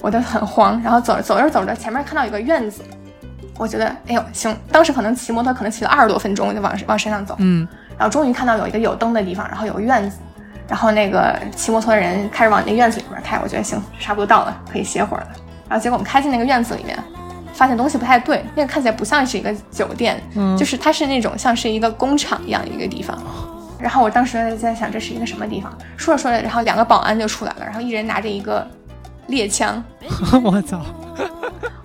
我就很慌，然后走着走着走着，前面看到有个院子，我觉得哎呦行，当时可能骑摩托可能骑了二十多分钟，我就往往山上走，嗯，然后终于看到有一个有灯的地方，然后有个院子，然后那个骑摩托的人开始往那院子里面开，我觉得行，差不多到了，可以歇会儿了。然后结果我们开进那个院子里面，发现东西不太对，那个看起来不像是一个酒店，嗯就是它是那种像是一个工厂一样的一个地方。哦然后我当时在想这是一个什么地方，说着说着，然后两个保安就出来了，然后一人拿着一个猎枪， 我操，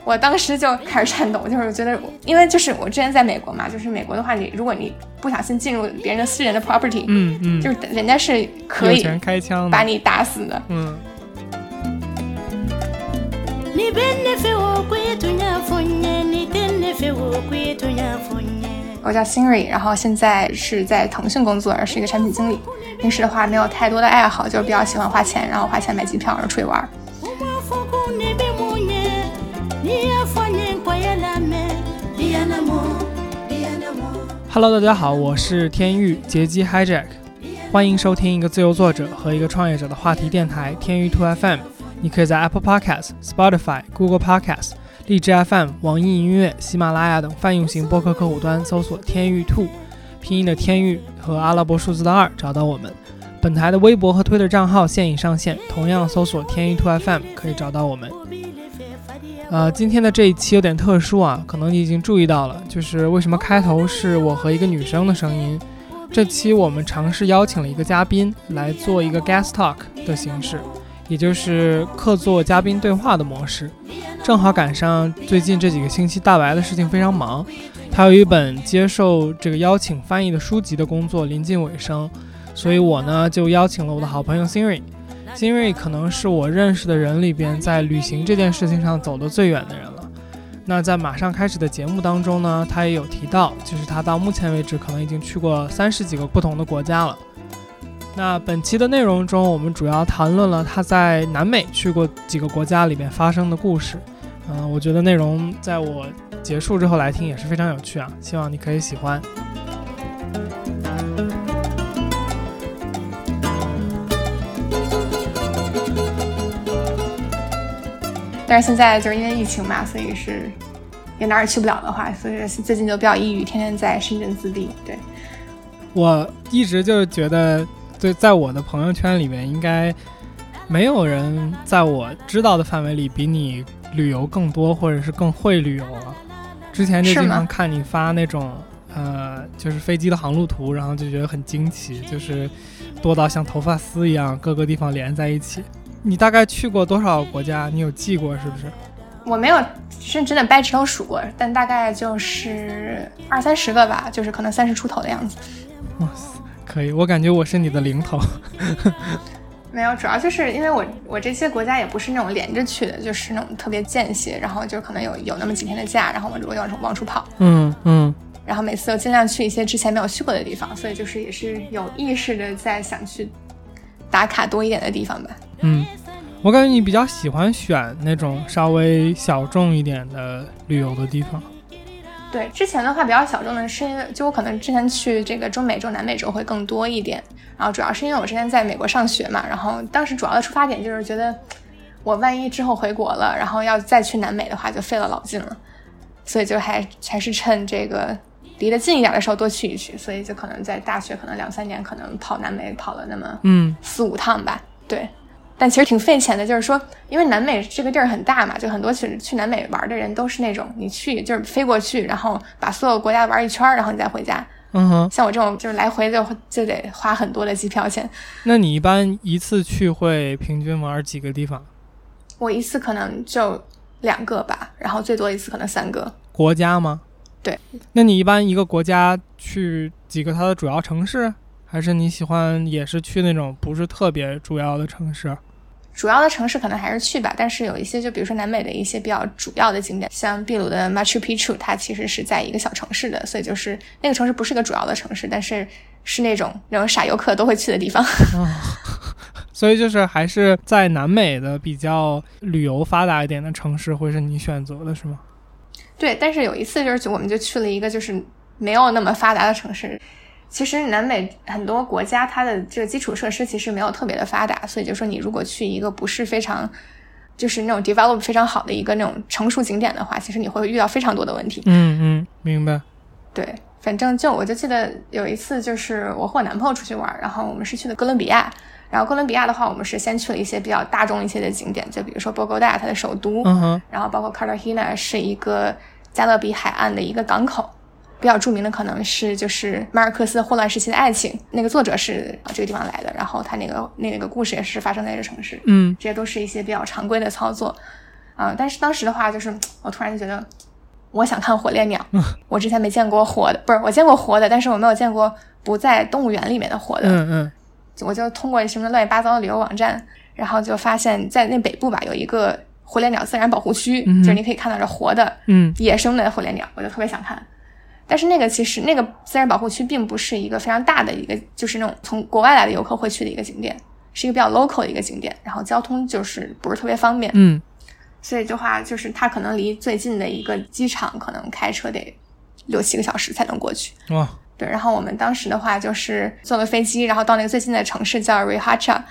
我当时就开始颤抖，就是觉得我，因为就是我之前在美国嘛，就是美国的话你，如果你不小心进入别人的私人的 property，、嗯嗯，就是人家是可有以权开枪把的，你打死的。嗯， Ni bene fe wo kwetu nyafunye, ni tene fe wo kwetu nyafunye. 我叫 Siri，然后现在是在腾讯工作，是一个产品经理。平时的话没有太多的爱好，就是比较喜欢花钱，然后花钱买机票，然后出去玩儿。 Umafuku ni bimunye, ni afanye kwa yelame, ni anamo, ni anamo. Hello，大家好，我是天域劫机 Hijack，欢迎收听一个自由作者和一个创业者的话题电台天域 Two FM。你可以在 Apple Podcast、Spotify、Google Podcast、荔枝 FM、网易音乐、喜马拉雅等泛用型播客客户端搜索“天域 Two”，拼音的天域和阿拉伯数字的二找到我们。本台的微博和推特账号现已上线，同样搜索“天域 Two FM” 可以找到我们。呃，今天的这一期有点特殊啊，可能你已经注意到了，就是为什么开头是我和一个女生的声音。这期我们尝试邀请了一个嘉宾来做一个 guest talk 的形式，也就是客座嘉宾对话的模式。正好赶上最近这几个星期大白的事情非常忙，他有一本接受这个邀请翻译的书籍的工作临近尾声，所以我呢就邀请了我的好朋友 Siri。金瑞可能是我认识的人里边，在旅行这件事情上走得最远的人了。那在马上开始的节目当中呢，他也有提到，就是他到目前为止可能已经去过三十几个不同的国家了。那本期的内容中，我们主要谈论了他在南美去过几个国家里面发生的故事。嗯、我觉得内容在我结束之后来听也是非常有趣啊，希望你可以喜欢。但是现在就是因为疫情嘛，所以是也哪儿也去不了的话，所以最近就比较抑郁，天天在深圳自闭。对，我一直就是觉得，对，在我的朋友圈里面，应该没有人在我知道的范围里比你旅游更多，或者是更会旅游了。之前就是吗经常看你发那种呃，就是飞机的航路图，然后就觉得很惊奇，就是多到像头发丝一样，各个地方连在一起。你大概去过多少国家？你有记过是不是？我没有认真的掰指头数过，但大概就是二三十个吧，就是可能三十出头的样子。哇塞，可以，我感觉我是你的零头。没有，主要就是因为我我这些国家也不是那种连着去的，就是那种特别间歇，然后就可能有有那么几天的假，然后我就往出往出跑，嗯嗯。然后每次都尽量去一些之前没有去过的地方，所以就是也是有意识的在想去打卡多一点的地方吧。嗯，我感觉你比较喜欢选那种稍微小众一点的旅游的地方。对，之前的话比较小众的是因为，就我可能之前去这个中美洲、南美洲会更多一点，然后主要是因为我之前在美国上学嘛，然后当时主要的出发点就是觉得，我万一之后回国了，然后要再去南美的话，就费了老劲了，所以就还还是趁这个离得近一点的时候多去一去，所以就可能在大学可能两三年可能跑南美跑了那么嗯四五趟吧，对。但其实挺费钱的，就是说，因为南美这个地儿很大嘛，就很多去去南美玩的人都是那种你去就是飞过去，然后把所有国家玩一圈儿，然后你再回家。嗯哼，像我这种就是来回就就得花很多的机票钱。那你一般一次去会平均玩几个地方？我一次可能就两个吧，然后最多一次可能三个。国家吗？对。那你一般一个国家去几个它的主要城市，还是你喜欢也是去那种不是特别主要的城市？主要的城市可能还是去吧，但是有一些就比如说南美的一些比较主要的景点，像秘鲁的 Machu Picchu，它其实是在一个小城市的，所以就是那个城市不是个主要的城市，但是是那种那种傻游客都会去的地方。 所以就是还是在南美的比较旅游发达一点的城市会是你选择的是吗？对，但是有一次就是我们就去了一个就是没有那么发达的城市。其实南美很多国家它的这个基础设施其实没有特别的发达，所以就说你如果去一个不是非常就是那种 develop 非常好的一个那种成熟景点的话，其实你会遇到非常多的问题。嗯嗯，明白。对，反正就我就记得有一次，就是我和我男朋友出去玩，然后我们是去的哥伦比亚，然后哥伦比亚的话，我们是先去了一些比较大众一些的景点，就比如说波哥大它的首都，嗯哼，然后包括 Cartagena 是一个加勒比海岸的一个港口。比较著名的可能是就是马尔克斯《霍乱时期的爱情》，那个作者是这个地方来的，然后他那个那个故事也是发生在这个城市，嗯这些都是一些比较常规的操作，啊、但是当时的话，就是我突然就觉得，我想看火烈鸟，嗯我之前没见过活的，不是我见过活的，但是我没有见过不在动物园里面的活的，嗯嗯我就通过什么乱七八糟的旅游网站，然后就发现，在那北部吧有一个火烈鸟自然保护区，嗯哼就是你可以看到这活的嗯野生的火烈鸟，我就特别想看。但是那个其实那个自然保护区并不是一个非常大的一个，就是那种从国外来的游客会去的一个景点，是一个比较 local 的一个景点，然后交通就是不是特别方便，嗯，所以的话就是它可能离最近的一个机场可能开车得六七个小时才能过去。哇，对，然后我们当时的话就是坐了飞机，然后到那个最近的城市叫 Rihacha，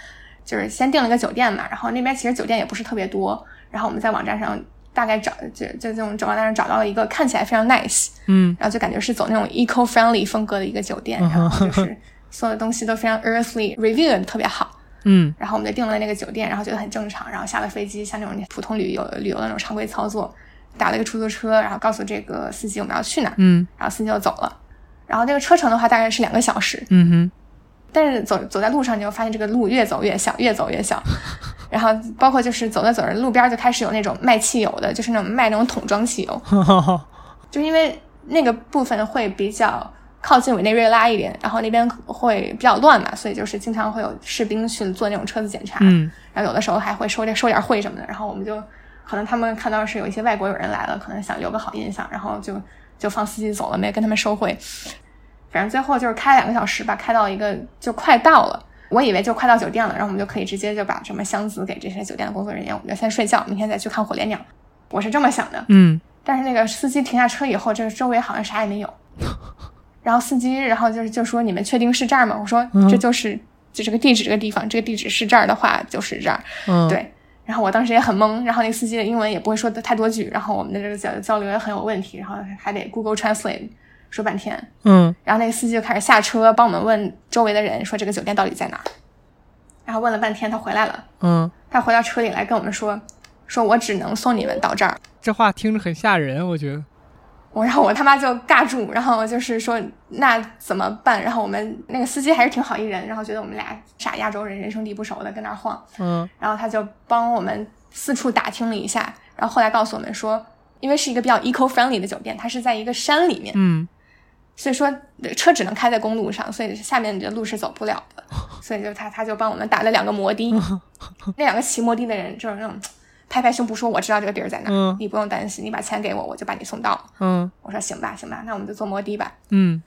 就是先订了个酒店嘛，然后那边其实酒店也不是特别多，然后我们在网站上大概找就就这种网站上找到了一个看起来非常 nice，嗯然后就感觉是走那种 eco friendly 风格的一个酒店，嗯哼 然后就是所有的东西都非常 earthly，review 也特别好，嗯然后我们就订了那个酒店，然后觉得很正常，然后下了飞机，像那种普通旅游旅游的那种常规操作，打了一个出租车，然后告诉这个司机我们要去哪儿，嗯然后司机就走了。然后那个车程的话大概是两个小时，嗯哼，但是走走在路上你就发现这个路越走越小，越走越小。然后包括就是走着走着，路边就开始有那种卖汽油的，就是那种卖那种桶装汽油，哈哈哈，就是因为那个部分会比较靠近委内瑞拉一点，然后那边会比较乱嘛，所以就是经常会有士兵去做那种车子检查。嗯然后有的时候还会收点收点贿什么的。然后我们就可能他们看到是有一些外国友人来了，可能想留个好印象，然后就就放司机走了，没跟他们收贿。反正最后就是开了两个小时吧，开到一个就快到了。我以为就快到酒店了，然后我们就可以直接就把什么箱子给这些酒店的工作人员，我们就先睡觉，明天再去看火烈鸟。我是这么想的，嗯但是那个司机停下车以后，这个周围好像啥也没有。然后司机，然后就是就说你们确定是这儿吗？我说嗯这就是就这个地址这个地方，这个地址是这儿的话就是这儿。嗯，，对。然后我当时也很懵，然后那个司机的英文也不会说的太多句，然后我们的这个交交流也很有问题，然后还得 Google Translate 说半天。嗯然后那个司机就开始下车帮我们问周围的人说这个酒店到底在哪儿，然后问了半天他回来了，嗯，他回到车里来跟我们说，说我只能送你们到这儿。这话听着很吓人，我觉得。我然后我他妈就尬住，然后就是说那怎么办？然后我们那个司机还是挺好一人，然后觉得我们俩傻亚洲人人生地不熟的跟那儿晃，嗯然后他就帮我们四处打听了一下，然后后来告诉我们说，因为是一个比较 eco friendly 的酒店，它是在一个山里面，嗯所以说呃车只能开在公路上，所以下面的路是走不了的，所以就他他就帮我们打了两个摩的，那两个骑摩的的人就是那种嗯拍拍胸脯说我知道这个地儿在哪儿，嗯你不用担心，你把钱给我，我就把你送到了。 嗯我说行吧行吧，那我们就坐摩的吧。嗯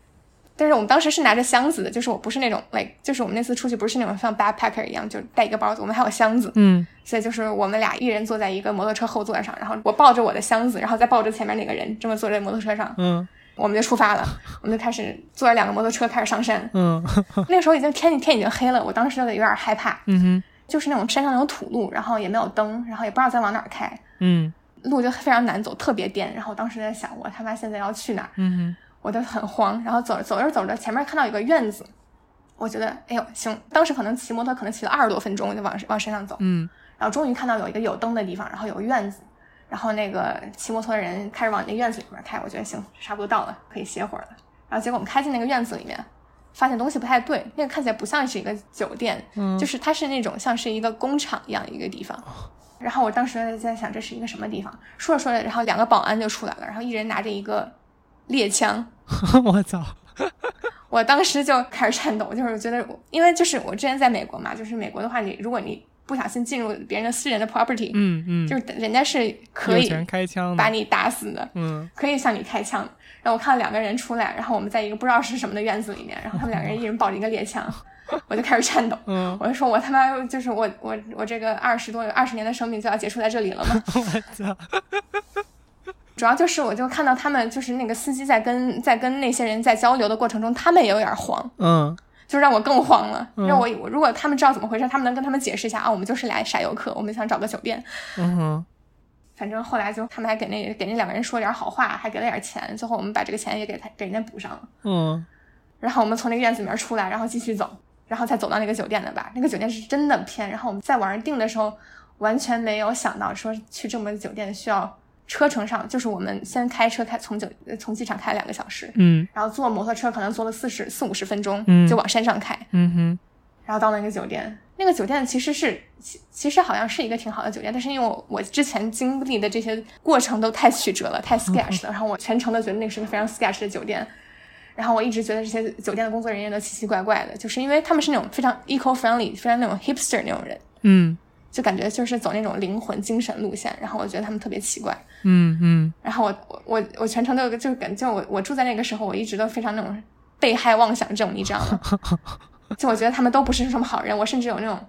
但是我们当时是拿着箱子的，就是我不是那种 like，就是我们那次出去不是那种像 backpacker 一样，就带一个包子，我们还有箱子，嗯所以就是我们俩一人坐在一个摩托车后座上，然后我抱着我的箱子，然后再抱着前面那个人，这么坐在摩托车上，嗯我们就出发了。我们就开始坐着两个摩托车开始上山。嗯那个时候已经天天已经黑了，我当时就有点害怕，嗯就是那种山上那种土路，然后也没有灯，然后也不知道在往哪儿开，嗯路就非常难走，特别颠。然后我当时在想，我他妈现在要去哪儿？嗯我就很慌。然后走着走着走着，前面看到有个院子，我觉得哎呦行，当时可能骑摩托可能骑了二十多分钟，就往往山上走。嗯然后终于看到有一个有灯的地方，然后有个院子，然后那个骑摩托的人开始往那院子里面开，我觉得行，差不多到了，可以歇会儿了。然后结果我们开进那个院子里面，发现东西不太对，那个看起来不像是一个酒店，嗯就是它是那种像是一个工厂一样的一个地方。然后我当时在想这是一个什么地方，说着说着，然后两个保安就出来了，然后一人拿着一个猎枪，嗯， 我操，我当时就开始颤抖，就是觉得我，因为就是我之前在美国嘛，就是美国的话，你如果你不小心进入别人的私人的 property，嗯嗯，就是人家是可有以钱开枪把的，你打死的，嗯可以向你开枪的。然后我看到两个人出来，然后我们在一个不知道是什么的院子里面，然后他们两个人一人抱着一个猎枪， 我就开始颤抖。嗯，我就说，我他妈就是我我我这个二十多二十年的生命就要结束在这里了吗？ 我操，主要就是我就看到他们就是那个司机在跟在跟那些人在交流的过程中，他们也有点慌，嗯就让我更慌了，嗯让我以我如果他们知道怎么回事，他们能跟他们解释一下啊，我们就是来傻游客，我们想找个酒店。嗯哼，反正后来就他们还给那给那两个人说点好话，还给了点钱，最后我们把这个钱也给他给人家补上了。嗯，然后我们从那个院子里面出来，然后继续走，然后再走到那个酒店的吧。那个酒店是真的偏，然后我们在网上订的时候，完全没有想到说去这么酒店需要车程上，就是我们先开车开从酒呃从机场开两个小时，嗯，然后坐摩托车可能坐了四十四五十分钟嗯，就往山上开，嗯哼，然后到那个酒店。那个酒店其实是其其实好像是一个挺好的酒店，但是因为我我之前经历的这些过程都太曲折了，太 sketch 了，然后我全程都觉得那个是个非常 sketch 的酒店。然后我一直觉得这些酒店的工作人员都奇奇怪怪的，就是因为他们是那种非常 eco friendly、非常那种 hipster 那种人，嗯就感觉就是走那种灵魂精神路线。然后我觉得他们特别奇怪。嗯嗯然后我我我我全程都有个就是感就我我住在那个时候，我一直都非常那种被害妄想症，你知道吗？就我觉得他们都不是什么好人，我甚至有那种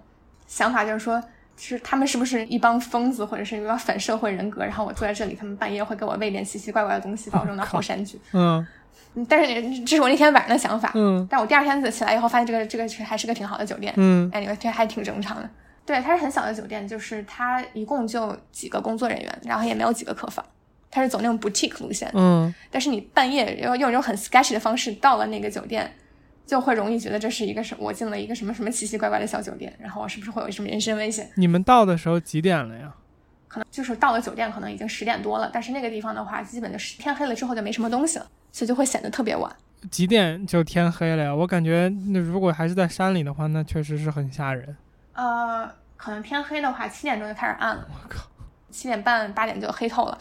想法，就是说，是他们是不是一帮疯子，或者是一帮反社会人格？然后我坐在这里，他们半夜会给我喂点奇奇怪怪的东西，把我扔到后山去。 嗯嗯但是你这是我那天晚上的想法，嗯但我第二天起来以后发现这个这个是还是个挺好的酒店，嗯， anyway，这还挺正常的。对，它是很小的酒店，就是它一共就几个工作人员，然后也没有几个客房，它是走那种 boutique 路线。嗯但是你半夜要用一种很 sketchy 的方式到了那个酒店，就会容易觉得这是一个什我进了一个什么什么奇奇怪怪的小酒店，然后我是不是会有什么人身危险？你们到的时候几点了呀？可能就是到了酒店可能已经十点多了，但是那个地方的话，基本就是天黑了之后就没什么东西了，所以就会显得特别晚。几点就天黑了呀？我感觉那如果还是在山里的话，那确实是很吓人。呃，可能天黑的话，七点钟就开始暗了，我靠！七点半八点就黑透了。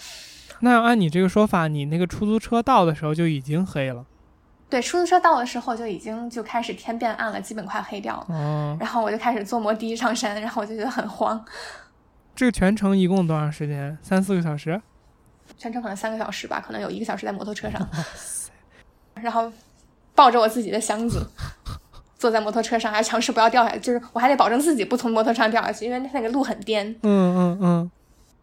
那要按你这个说法，你那个出租车到的时候就已经黑了。对，出租车到的时候就已经就开始天变暗了，基本快黑掉了。哦，然后我就开始坐摩的上山，然后我就觉得很慌，这个全程一共多长时间？三四个小时？全程可能三个小时吧，可能有一个小时在摩托车上，然后抱着我自己的箱子，坐在摩托车上，还尝试不要掉下去，就是我还得保证自己不从摩托车上掉下去，因为那个路很颠。嗯嗯嗯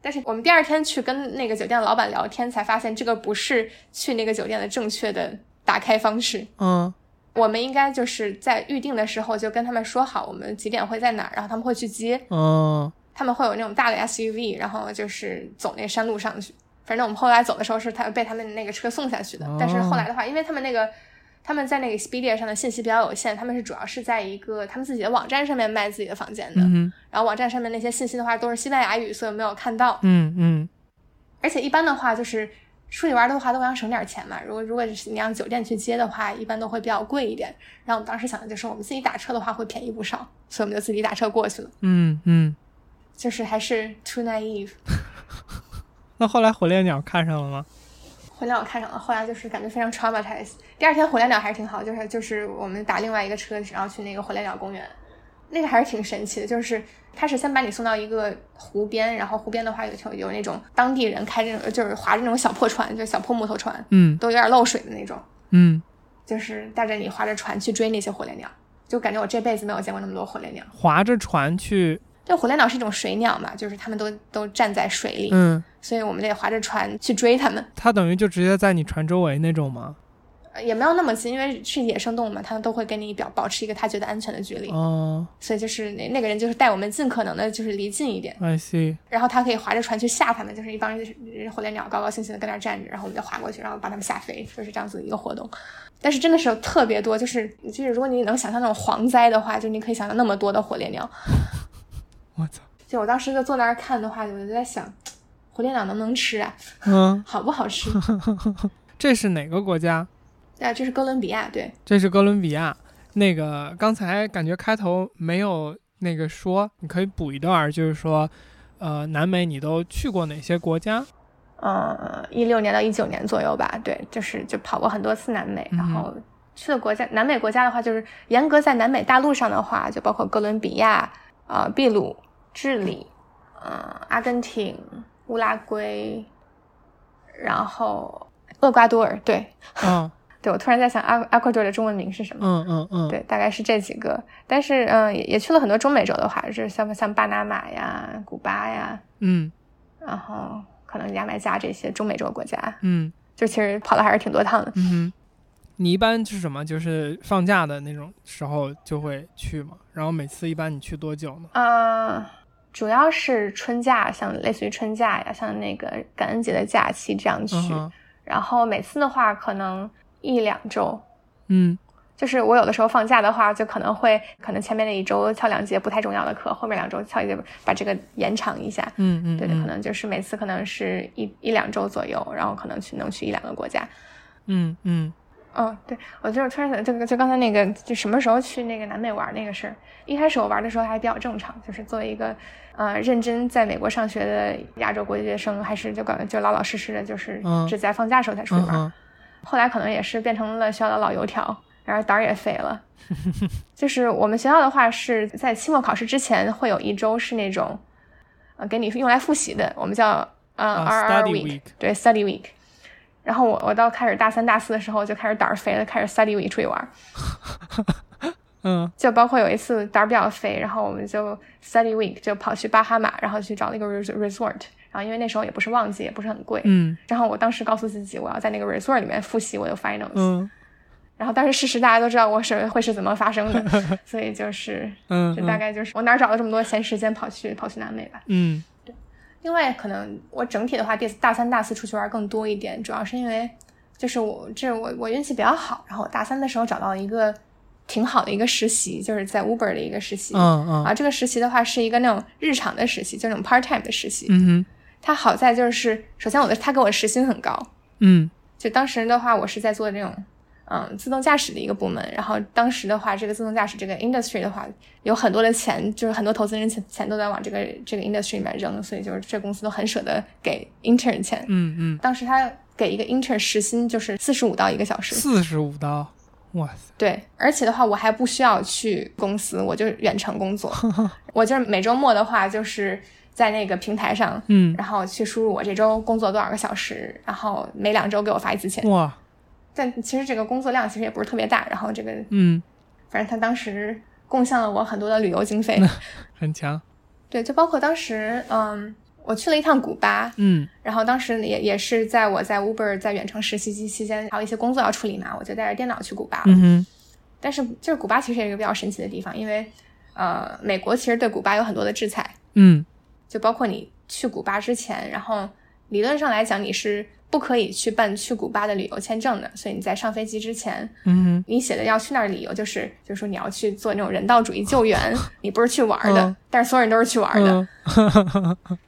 但是我们第二天去跟那个酒店老板聊天，才发现这个不是去那个酒店的正确的打开方式。嗯我们应该就是在预定的时候就跟他们说好，我们几点会在哪儿，然后他们会去接。嗯他们会有那种大的 SUV，然后就是走那山路上去。反正我们后来走的时候是他被他们那个车送下去的，哦但是后来的话，因为他们那个他们在那个 Expedia 上的信息比较有限，他们是主要是在一个他们自己的网站上面卖自己的房间的，嗯然后网站上面那些信息的话都是西班牙语，所以没有看到。嗯嗯而且一般的话就是出去玩的话都想省点钱嘛，如果如果是你让酒店去接的话，一般都会比较贵一点。然后我们当时想的就是我们自己打车的话会便宜不少，所以我们就自己打车过去了，嗯嗯。就是还是 too naive。那后来火烈鸟看上了吗？火烈鸟看上了，后来就是感觉非常 traumatized。第二天火烈鸟还是挺好，就是就是我们打另外一个车，然后去那个火烈鸟公园，那个还是挺神奇的。就是它是先把你送到一个湖边，然后湖边的话有条有那种当地人开这种就是划着那种小破船，就是小破木头船，嗯都有点漏水的那种，嗯，就是带着你划着船去追那些火烈鸟。就感觉我这辈子没有见过那么多火烈鸟。划着船去，这火烈鸟是一种水鸟嘛，就是它们都都站在水里，嗯，所以我们得划着船去追它们。它等于就直接在你船周围那种吗？呃也没有那么近，因为是野生动物嘛，它都会跟你表保持一个它觉得安全的距离，哦所以就是那那个人就是带我们尽可能的就是离近一点， ，I see，然后他可以划着船去吓它们，就是一帮人火烈鸟高高兴兴的跟那儿站着，然后我们就划过去，然后把它们吓飞，就是这样子的一个活动。但是真的是有特别多，就是就是如果你能想象那种蝗灾的话，就你可以想象那么多的火烈鸟。我操，就我当时就坐那儿看的话，我就在想，火烈鸟能不能吃啊？嗯，好不好吃？ 这是哪个国家？对啊，这是哥伦比亚，对，这是哥伦比亚。那个刚才感觉开头没有那个说，你可以补一段儿，就是说，呃，南美你都去过哪些国家？呃，一六年到一九年左右吧，对，就是就跑过很多次南美，然嗯哼后去的国家，南美国家的话，就是严格在南美大陆上的话，就包括哥伦比亚、呃，秘鲁、智利、呃，阿根廷、乌拉圭，然后厄瓜多尔，对，嗯对我突然在想阿阿瓜多尔的中文名是什么？嗯嗯嗯，对，大概是这几个，但是嗯、呃也也去了很多中美洲的话，就是像像巴拿马呀、古巴呀，嗯然后可能牙买加这些中美洲国家，嗯就其实跑了还是挺多趟的。嗯哼。你一般是什么？就是放假的那种时候就会去嘛。然后每次一般你去多久呢？嗯，主要是春假，像类似于春假呀，像那个感恩节的假期这样去。嗯哼然后每次的话，可能一两周。嗯就是我有的时候放假的话，就可能会可能前面的一周翘两节不太重要的课，后面两周翘一节，把这个延长一下。嗯嗯，对，嗯可能就是每次可能是一一两周左右，然后可能去能去一两个国家。嗯嗯嗯，对，我就是突然想，就就刚才那个，就什么时候去那个南美玩那个事儿。一开始我玩的时候还比较正常，就是作为一个呃认真在美国上学的亚洲国际学生，还是就感觉就老老实实的，就是嗯只在放假时候才出去嗯玩。嗯后来可能也是变成了学校的老油条，然后胆儿也肥了。就是我们学校的话，是在期末考试之前会有一周是那种，呃，给你用来复习的，我们叫呃啊 R R ，study week 对 study week。然后我我到开始大三大四的时候就开始胆儿肥了，开始 study week 出去玩儿。嗯就包括有一次胆儿比较肥，然后我们就 study week 就跑去巴哈马，然后去找了一个 res- resort。然后因为那时候也不是旺季，也不是很贵，嗯然后我当时告诉自己，我要在那个 resort 里面复习我的 finals。嗯然后，但是事实大家都知道我是会是怎么发生 的，所以就是，嗯就大概就是我哪儿找了这么多闲时间跑去跑去南美吧。嗯另外，可能我整体的话，第大三、大四出去玩更多一点，主要是因为就是我这我我运气比较好，然后我大三的时候找到了一个挺好的一个实习，就是在 Uber 的一个实习。嗯啊，嗯这个实习的话是一个那种日常的实习，就那种 part time 的实习。嗯哼它好在就是，首先我的它给我的时薪很高，嗯就当时的话，我是在做这种嗯自动驾驶的一个部门，然后当时的话，这个自动驾驶这个 industry 的话，有很多的钱，就是很多投资人钱钱都在往这个这个 industry 里面扔，所以就是这公司都很舍得给 intern 钱。嗯嗯，当时他给一个 intern 时薪就是四十五到一个小时，四十五刀，哇塞，对，而且的话，我还不需要去公司，我就是远程工 作，我就是每周末的话，就是在那个平台上。嗯然后去输入我这周工作多少个小时，然后每两周给我发一次钱，哇但其实这个工作量其实也不是特别大，然后这个嗯，反正他当时贡献了我很多的旅游经费，很强，对，就包括当时嗯，我去了一趟古巴，嗯然后当时也也是在我在 Uber 在远程实习期期间，还有一些工作要处理嘛，我就带着电脑去古巴了。嗯哼但是就是古巴其实也是一个比较神奇的地方，因为呃，美国其实对古巴有很多的制裁，嗯就包括你去古巴之前，然后理论上来讲你是不可以去办去古巴的旅游签证的，所以你在上飞机之前，嗯哼你写的要去那儿的理由就是，就是说你要去做那种人道主义救援，你不是去玩儿的，嗯但是所有人都是去玩儿的，嗯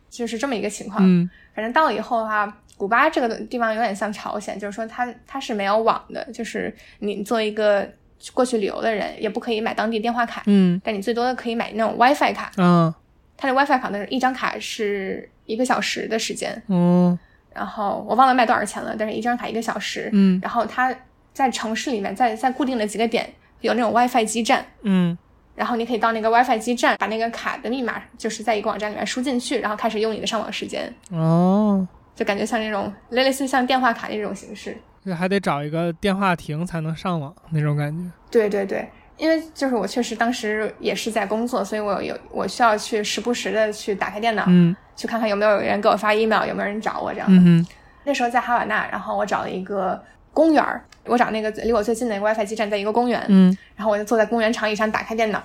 就是这么一个情况。嗯反正到了以后的话，古巴这个地方有点像朝鲜，就是说它它是没有网的，就是你做一个过去旅游的人，也不可以买当地电话卡，嗯但你最多的可以买那种 WiFi 卡，嗯它的 WiFi 卡的一张卡是一个小时的时间，嗯然后我忘了卖多少钱了，但是一张卡一个小时，嗯然后它在城市里面，在在固定的几个点有那种 WiFi 基站。嗯然后你可以到那个 WiFi 基站，把那个卡的密码就是在一个网站里面输进去，然后开始用你的上网时间，哦，就感觉像那种类似像电话卡那种形式。这还得找一个电话亭才能上网那种感觉，对对对，因为就是我确实当时也是在工作，所以我有我需要去时不时的去打开电脑，嗯去看看有没有人给我发 email，有没有人找我这样的。嗯哼那时候在哈瓦那，然后我找了一个公园儿，我找那个离我最近的一个 WiFi 基站在一个公园，嗯然后我就坐在公园长椅上打开电脑，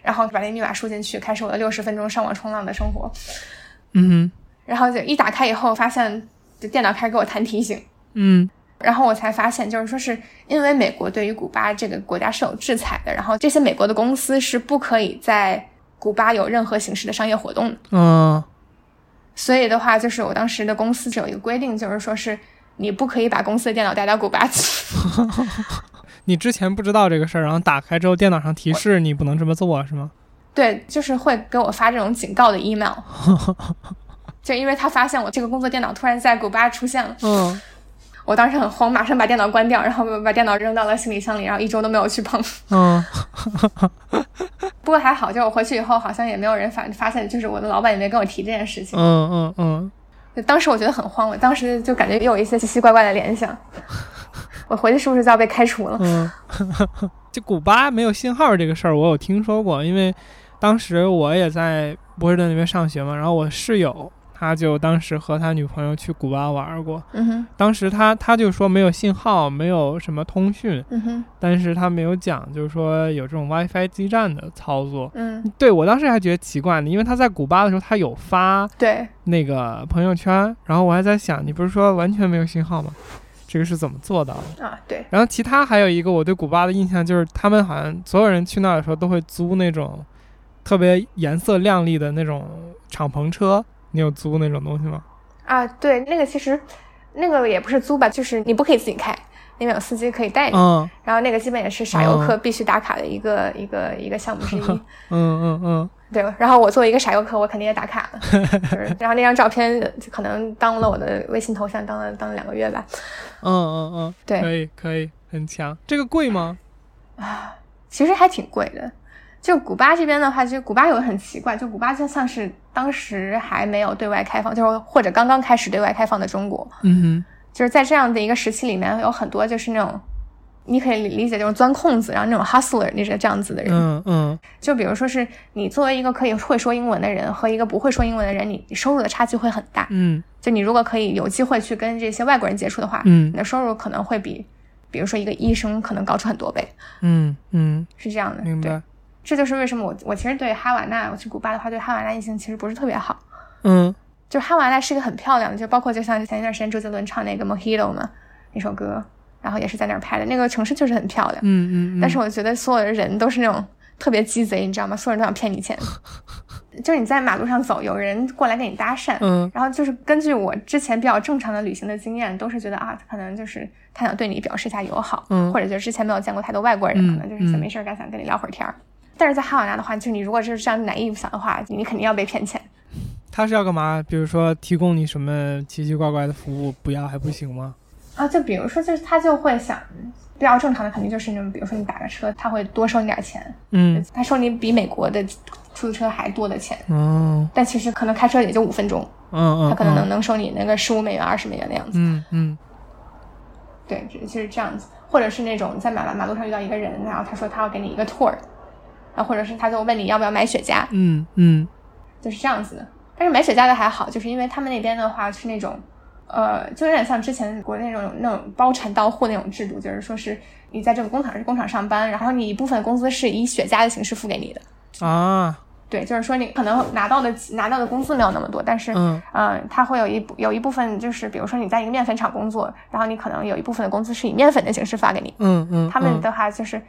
然后把那密码输进去，开始我的六十分钟上网冲浪的生活。嗯然后就一打开以后，发现就电脑开始给我弹提醒，哼嗯然后我才发现，就是说是因为美国对于古巴这个国家是有制裁的，然后这些美国的公司是不可以在古巴有任何形式的商业活动的。嗯所以的话，就是我当时的公司是有一个规定，就是说是你不可以把公司的电脑带到古巴去。 你之前不知道这个事儿，然后打开之后电脑上提示你不能这么做是吗？对，就是会给我发这种警告的 email，就因为他发现我这个工作电脑突然在古巴出现了。嗯，我当时很慌，马上把电脑关掉，然后把电脑扔到了行李箱里，然后一周都没有去碰。嗯不过还好，就是我回去以后好像也没有人发发现，就是我的老板也没跟我提这件事情。嗯嗯嗯，就当时我觉得很慌，我当时就感觉有一些奇奇怪怪的联想。 我回去是不是就要被开除了？嗯， 就古巴没有信号这个事儿，我有听说过，因为当时我也在波士顿那边上学嘛，然后我室友他就当时和他女朋友去古巴玩过，嗯哼，当时他他就说没有信号，没有什么通讯，嗯哼，但是他没有讲，就是说有这种 WiFi 基站的操作。嗯，对我当时还觉得奇怪呢，因为他在古巴的时候他有发对，那个朋友圈，然后我还在想，你不是说完全没有信号吗？这个是怎么做到的？啊，对，然后其他还有一个我对古巴的印象就是，他们好像所有人去那儿的时候都会租那种特别颜色亮丽的那种敞篷车。你有租那种东西吗？啊，对，那个其实，那个也不是租吧，就是你不可以自己开，那边有司机可以带你。嗯然后那个基本也是傻游客必须打卡的一个、一个一个项目之一。嗯嗯嗯，对，然后我作为一个傻游客，我肯定也打卡了。就是然后那张照片就可能当了我的微信头像，当了当了两个月吧。嗯嗯嗯，对可以可以，很强。这个贵吗？其实还挺贵的。就古巴这边的话，就古巴有个很奇怪，就古巴就像是当时还没有对外开放，就是或者刚刚开始对外开放的中国，嗯就是在这样的一个时期里面，有很多就是那种，你可以理解就是钻空子，然后那种 hustler 那些这样子的哼，人。嗯嗯就比如说是你作为一个可以会说英文的人和一个不会说英文的人，你你收入的差距会很大。嗯就你如果可以有机会去跟这些外国人接触的话，嗯你的收入可能会比，比如说一个医生可能高出很多倍，嗯嗯，是这样的。明对白。。这就是为什么我我其实对哈瓦那，我去古巴的话，对哈瓦那印象其实不是特别好。嗯就哈瓦那是一个很漂亮的，就包括就像前一段时间周杰伦唱那个《Mojito》嘛，那首歌，然后也是在那儿拍的，那个城市就是很漂亮。嗯嗯，但是我觉得所有的人都是那种特别鸡贼，你知道吗？所有人都想骗你钱。 就是你在马路上走，有人过来跟你搭讪，嗯然后就是根据我之前比较正常的旅行的经验，都是觉得啊，他可能就是他想对你表示一下友好，嗯或者就是之前没有见过太多外国人，嗯可能就是想没事儿干想跟你聊会儿天儿。但是在哈瓦那的话，就是你如果是这样拿衣服想的话，你肯定要被骗钱。他是要干嘛？比如说提供你什么奇奇怪怪的服务，不要还不行吗？啊，就比如说，就是他就会想，比较正常的肯定就是那种，比如说你打个车，他会多收你点儿钱，嗯他收你比美国的出租车还多的钱，哦但其实可能开车也就五分钟，嗯嗯，他可能嗯能能收你那个十五美元、二十美元的样子。嗯嗯对，就就是这样子，或者是那种在马马路上遇到一个人，然后他说他要给你一个 tour，然后或者是他就问你要不要买雪茄，嗯嗯就是这样子的。但是买雪茄的还好，就是因为他们那边的话是那种，呃，就有点像之前国内那种那种包产到户那种制度，就是说是你在这个工厂是工厂上班，然后你一部分工资是以雪茄的形式付给你的。啊对，就是说你可能拿到的拿到的工资没有那么多，但是嗯嗯，它会有一部有一部分就是，比如说你在一个面粉厂工作，然后你可能有一部分的工资是以面粉的形式发给你。嗯嗯，他们的话就是，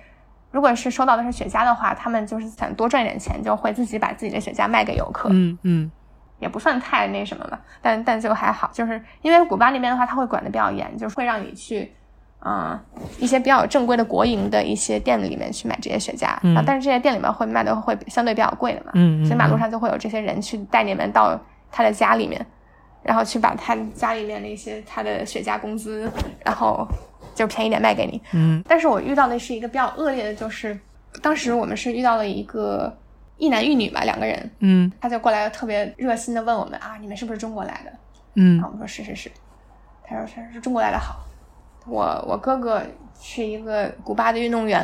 如果是收到的是雪茄的话，他们就是想多赚点钱，就会自己把自己的雪茄卖给游客，嗯嗯也不算太那什么吧。但但就还好，就是因为古巴那边的话，他会管的比较严，就是会让你去。嗯，一些比较正规的国营的一些店里面去买这些雪茄，嗯然后但是这些店里面会卖的会相对比较贵的嘛，嗯，所以马路上上就会有这些人去带你们到他的家里面，然后去把他家里面的一些他的雪茄工资，然后就便宜点卖给你。嗯但是我遇到的是一个比较恶劣的，就是当时我们是遇到了一个一男一女吧，两个人，嗯他就过来特别热心的问我们啊，你们是不是中国来的？然后我嗯们说是是是，他说他是中国来的好，我我哥哥是一个古巴的运动员，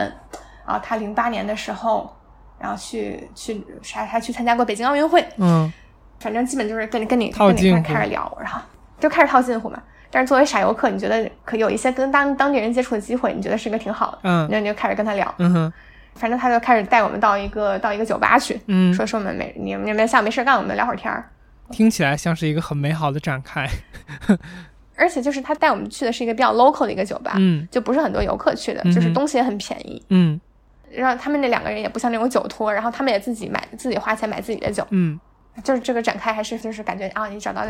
然后他零八年的时候，然后去去还还去参加过北京奥运会，嗯反正基本就是跟跟你套跟你近开乎开始聊，然后就开始套近乎嘛。但是作为傻游客，你觉得可有一些跟当当地人接触的机会，你觉得是一个挺好的，嗯然后你就开始跟他聊，嗯哼反正他就开始带我们到一个到一个酒吧去，嗯，说说我们没你们你们下午没事干，我们聊会儿天儿。听起来像是一个很美好的展开。而且就是他带我们去的是一个比较 local 的一个酒吧，嗯就不是很多游客去的，嗯就是哼东西也很便宜。嗯然后他们那两个人也不像那种酒托，然后他们也自己买自己花钱买自己的酒，嗯就是这个展开还是就是感觉啊，你找到了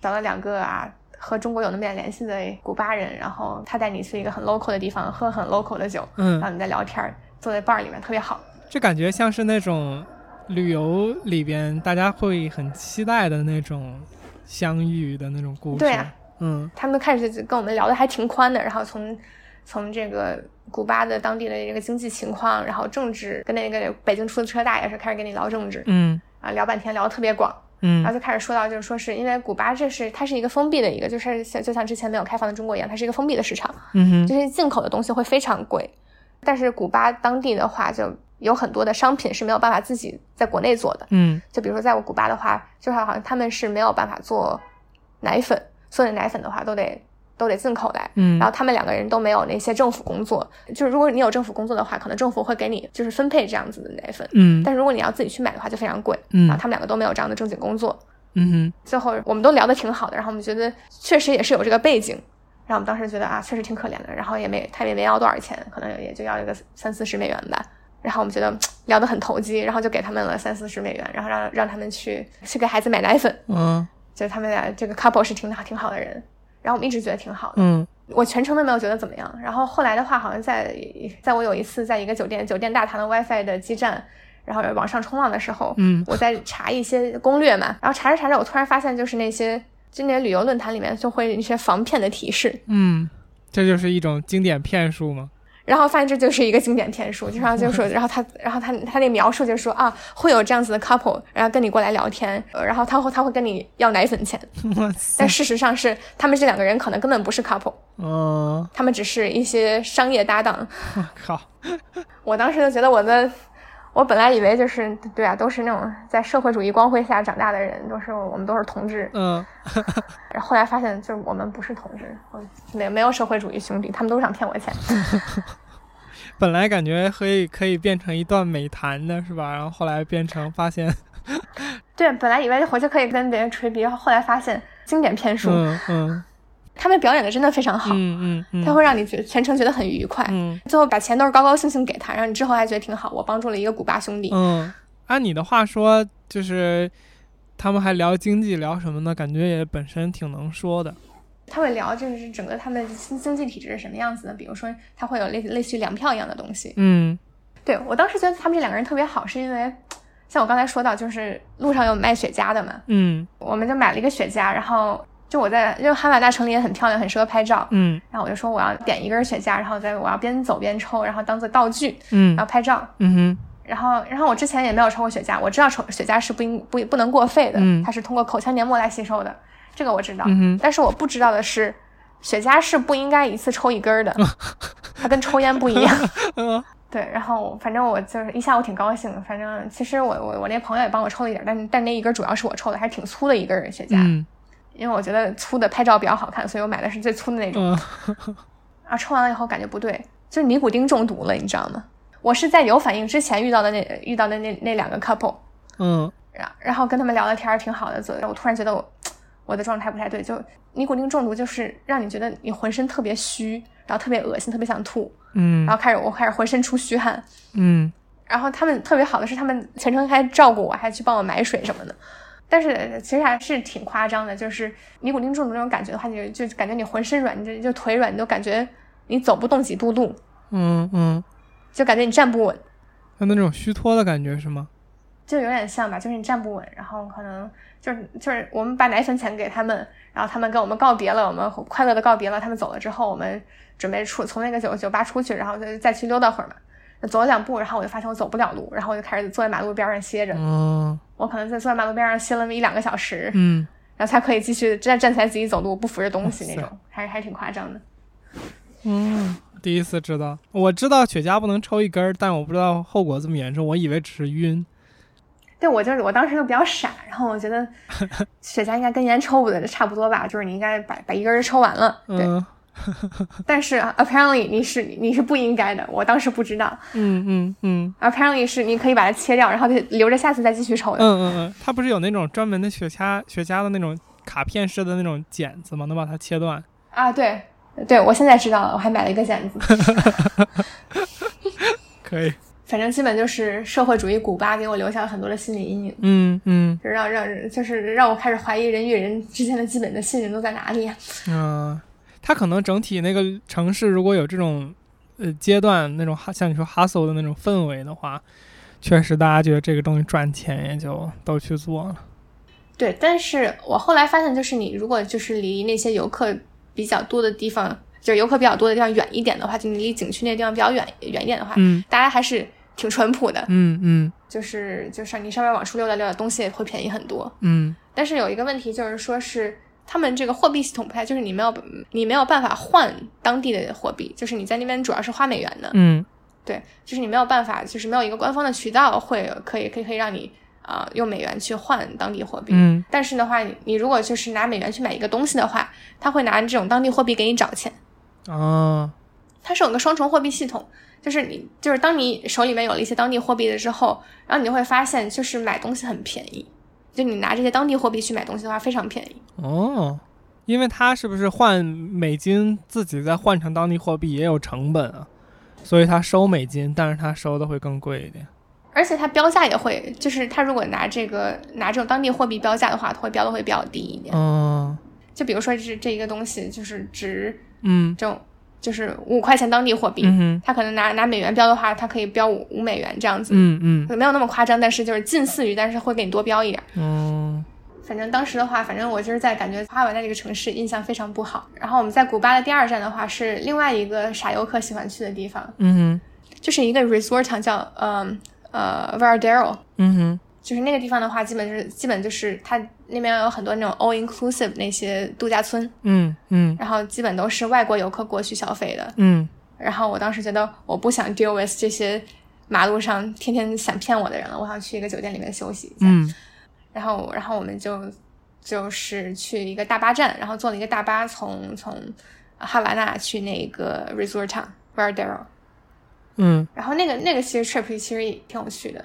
找到两个啊和中国有那么点联系的古巴人，然后他带你去一个很 local 的地方喝很 local 的酒，然后嗯，你在聊天儿，坐在 bar 里面特别好。这感觉像是那种旅游里边大家会很期待的那种相遇的那种故事。对啊嗯他们开始就跟我们聊的还挺宽的，然后从从这个古巴的当地的这个经济情况，然后政治，跟那个北京出租车大爷是开始跟你聊政治，嗯啊，聊半天聊得特别广，然后嗯就开始说到就是说是因为古巴这是它是一个封闭的一个，就是像就像之前没有开放的中国一样，它是一个封闭的市场，嗯这哼些进口的东西会非常贵，但是古巴当地的话就有很多的商品是没有办法自己在国内做的。嗯就比如说在古巴的话，就是好像他们是没有办法做奶粉，所以奶粉的话都得都得进口来。嗯然后他们两个人都没有那些政府工作，就是如果你有政府工作的话，可能政府会给你就是分配这样子的奶粉，嗯但如果你要自己去买的话，就非常贵。然嗯后他们两个都没有这样的正经工作，嗯最后我们都聊得挺好的，然后我们觉得确实也是有这个背景，然后我们当时觉得啊，确实挺可怜的，然后也没他也没要多少钱，可能也就要一个 三四十美元吧。然后我们觉得嗯聊得很投机，然后就给他们了三四十美元，然后让让他们去去给孩子买奶粉，哼嗯就是他们俩这个 couple 是挺好挺好的人，然后我们一直觉得挺好的。嗯我全程都没有觉得怎么样。然后后来的话，好像在在我有一次在一个酒店酒店大堂的 WiFi 的基站，然后往上冲浪的时候，嗯我在查一些攻略嘛，然后查着查着，我突然发现就是那些今年旅游论坛里面就会一些防骗的提示，嗯，这就是一种经典骗术嘛。 然后发现这就是一个经典骗术，就然后就说，然后他，然后他他那描述就是说啊，会有这样子的 couple，然后跟你过来聊天，呃然后他会他会跟你要奶粉钱，我操但！事实上是他们这两个人可能根本不是 couple，嗯，他们只是一些商业搭档。我靠！我当时就觉得我的，我本来以为就是对啊，都是那种在社会主义光辉下长大的人，都是我们都是同志。嗯然后后来发现，就是我们不是同志，我没没有社会主义兄弟，他们都想骗我钱。本来感觉可以可以变成一段美谈的是吧？然后后来变成发现，对，本来以为回去可以跟别人吹逼，然后后来发现经典骗术，嗯嗯他们表演的真的非常好，嗯嗯嗯，他会让你觉全程觉得很愉快。嗯最后把钱都是高高兴兴给他，然后你之后还觉得挺好。我帮助了一个古巴兄弟，嗯，按你的话说，就是他们还聊经济，聊什么呢？感觉也本身挺能说的。他会聊就是整个他们经经济体制是什么样子的，比如说他会有类类似于粮票一样的东西，嗯对我当时觉得他们这两个人特别好，是因为像我刚才说到，就是路上有卖雪茄的嘛，嗯我们就买了一个雪茄，然后就我在因为哈瓦那城里也很漂亮，很适合拍照，嗯然后我就说我要点一根雪茄，然后再我要边走边抽，然后当做道具，嗯然后拍照。嗯哼然后，然后我之前也没有抽过雪茄，我知道抽雪茄是不应不不能过肺的，嗯它是通过口腔黏膜来吸收的，这个我知道。嗯哼但是我不知道的是，雪茄是不应该一次抽一根儿 的，它跟抽烟不一样。嗯对，然后反正我就是一下午挺高兴的，反正其实我我我那朋友也帮我抽了一点儿，但是但那一根儿主要是我抽的，还挺粗的一根儿雪茄，嗯因为我觉得粗的拍照比较好看，所以我买的是最粗的那种。嗯啊，抽完了以后感觉不对，就是尼古丁中毒了，你知道吗？我是在有反应之前遇到的那遇到的那那两个 couple，嗯然然后跟他们聊聊天儿挺好的，所以我突然觉得我我的状态不太对，就尼古丁中毒就是让你觉得你浑身特别虚，然后特别恶心，特别想吐，然嗯后开始我开始浑身出虚汗，嗯然后他们特别好的是，他们全程还照顾我，还去帮我买水什么的。但是呃其实还是挺夸张的，就是尼古丁中毒那种感觉的话，你就就感觉你浑身软，你就就腿软，你都感觉你走不动几步路，嗯嗯，就感觉你站不稳，有那种虚脱的感觉是吗？就有点像吧，就是你站不稳，然后可能就是就是我们把奶粉钱给他们，然后他们跟我们告别了，我们快乐的告别了，他们走了之后，我们准备出从那个酒酒吧出去，然后再再去溜达会儿嘛。走了两步，然后我就发现我走不了路，然后我就开始坐在马路边上歇着。嗯我可能在坐在马路边上歇了那么一两个小时，嗯，然后才可以继续站站起来自己走路，不扶着东西那哇种，还是还是挺夸张的。嗯，第一次知道，我知道雪茄不能抽一根儿，但我不知道后果这么严重，我以为只是晕。对我就是我当时就比较傻，然后我觉 得雪茄应该跟烟抽不的差不多吧，就是你应该把把一根儿抽完了，对。嗯但是啊 apparently 你是你是不应该的，我当时不知道嗯嗯嗯，apparently 是你可以把它切掉，然后就留着下次再继续抽嗯的。嗯嗯，它不是有那种专门的雪茄雪茄的那种卡片式的那种剪子吗？能把它切断。啊，对对，我现在知道了，我还买了一个剪子。 可以。反正基本就是社会主义古巴给我留下了很多的心理阴影。嗯嗯就让让就是让我开始怀疑人与人之间的基本的信任都在哪里啊呀、嗯，它可能整体那个城市如果有这种呃阶段那种哈像你说 hustle 的那种氛围的话，确实大家觉得这个东西赚钱也就都去做了。对，但是我后来发现，就是你如果就是离那些游客比较多的地方，就是游客比较多的地方远一点的话，就你离景区那地方比较远远一点的话，嗯大家还是挺淳朴的，嗯嗯就是就是你上面往出溜达溜达，东西会便宜很多。嗯但是有一个问题就是说是。他们这个货币系统不太，就是你没有你没有办法换当地的货币，就是你在那边主要是花美元的，嗯对，就是你没有办法，就是没有一个官方的渠道会可以可以可以让你啊、呃用美元去换当地货币。嗯，但是的话，你你如果就是拿美元去买一个东西的话，他会拿这种当地货币给你找钱。啊，它是有一个双重货币系统，就是你就是当你手里面有了一些当地货币的之后，然后你就会发现就是买东西很便宜，就你拿这些当地货币去买东西的话非常便宜。哦，因为它是不是换美金自己再换成当地货币也有成本啊，所以它收美金，但是它收的会更贵一点。而且它标价也会，就是它如果拿这个拿这种当地货币标价的话，它会标的会比较低一点。嗯就比如说这这一个东西就是值嗯这种就是五块钱当地货币，嗯哼它可能拿拿美元标的话，它可以标五五美元这样子，嗯嗯没有那么夸张，但是就是近似于，但是会给你多标一点。嗯反正当时的话，反正我就是在感觉花完的这个城市印象非常不好。然后我们在古巴的第二站的话是另外一个傻游客喜欢去的地方，嗯哼就是一个 resort town 叫嗯呃 Varadero，嗯哼就是那个地方的话，基本就是基本就是它那边有很多那种 all inclusive 那些度假村，嗯嗯然后基本都是外国游客过去消费的。嗯然后我当时觉得我不想 deal with 这些马路上天天想骗我的人了，我想去一个酒店里面休息一下。嗯然后然后我们就就是去一个大巴站，然后坐了一个大巴从从哈瓦那去那个 resort town Varadero，嗯然后那个那个其实 trip 其实也挺有趣的，